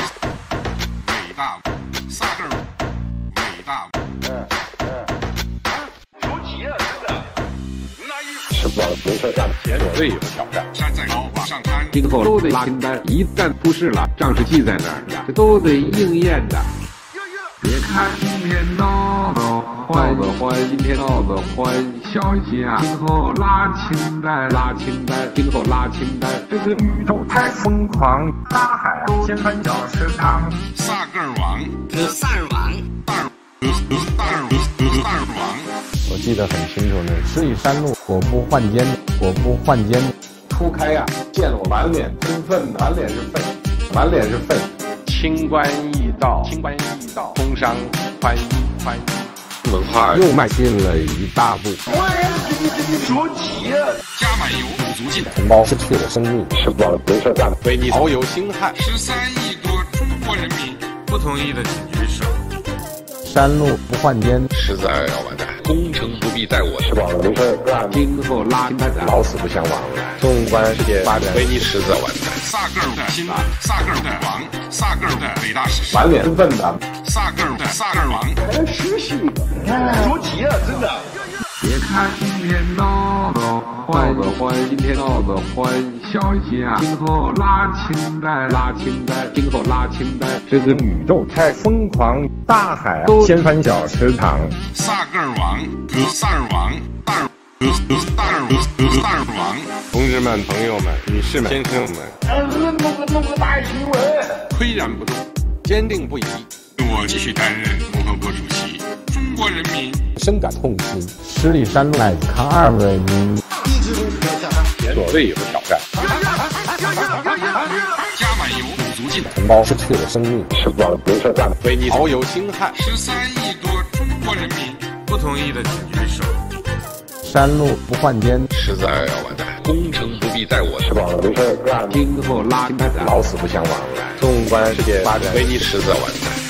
伟大，萨根儿，伟大。求急了，真的。来一吃饱了停车站，前所未有的挑战。站在高坝上看，今后都得拉清单，一旦出事了，账是记在那儿的，这都得应验的。别看今天闹闹坏的欢，今天闹的欢，消息啊，今后拉清单，拉清单，今后拉清单，这个宇宙太疯狂，大海掀翻小池塘。萨根儿王，萨尔王，大尔，大尔王。我记得很清楚，那睡山路果不换肩，果不换肩，初开呀、见我满脸喷粪，满脸是粪，满脸是粪。清官易道，清官易道，工商宽衣宽衣。文化又迈进了一大步，加满油不足劲，同胞失去了生命，吃饱了停车站，为你遨游星汉。十三亿多中国人民不同意的请举手。山路不换肩，实在要完蛋，工程不必在我吃饱了停车站，今后拉清单，老死不相往来。纵观世界发展，威尼斯在完蛋。萨根儿的心，萨根儿的王，萨根儿的伟大史诗，满脸是粪的。萨根儿的萨根儿王。别看今天闹得欢，闹得欢，今天闹得欢，消息啊，今后拉清单，拉清单，今后拉清单，这个宇宙太疯狂，大海都掀翻小池塘。萨格尔王，格萨尔王，大尔，格格大尔，格大尔王，同志们、朋友们、女士们、先生们，岿然不动。坚定不移，我继续担任共和国主席。中国人民深感痛心。十里山路乃康二位民，前所未有的挑战，加满油鼓足劲，同胞失去了生命，吃饱了停车站，为你遨游星汉。十三亿多中国人民不同意的请举手。山路不换肩，实在要完蛋，工程不必在我吃饱了停车站，今后拉清单。老死不相往来。纵观世界发展，威尼斯在完蛋。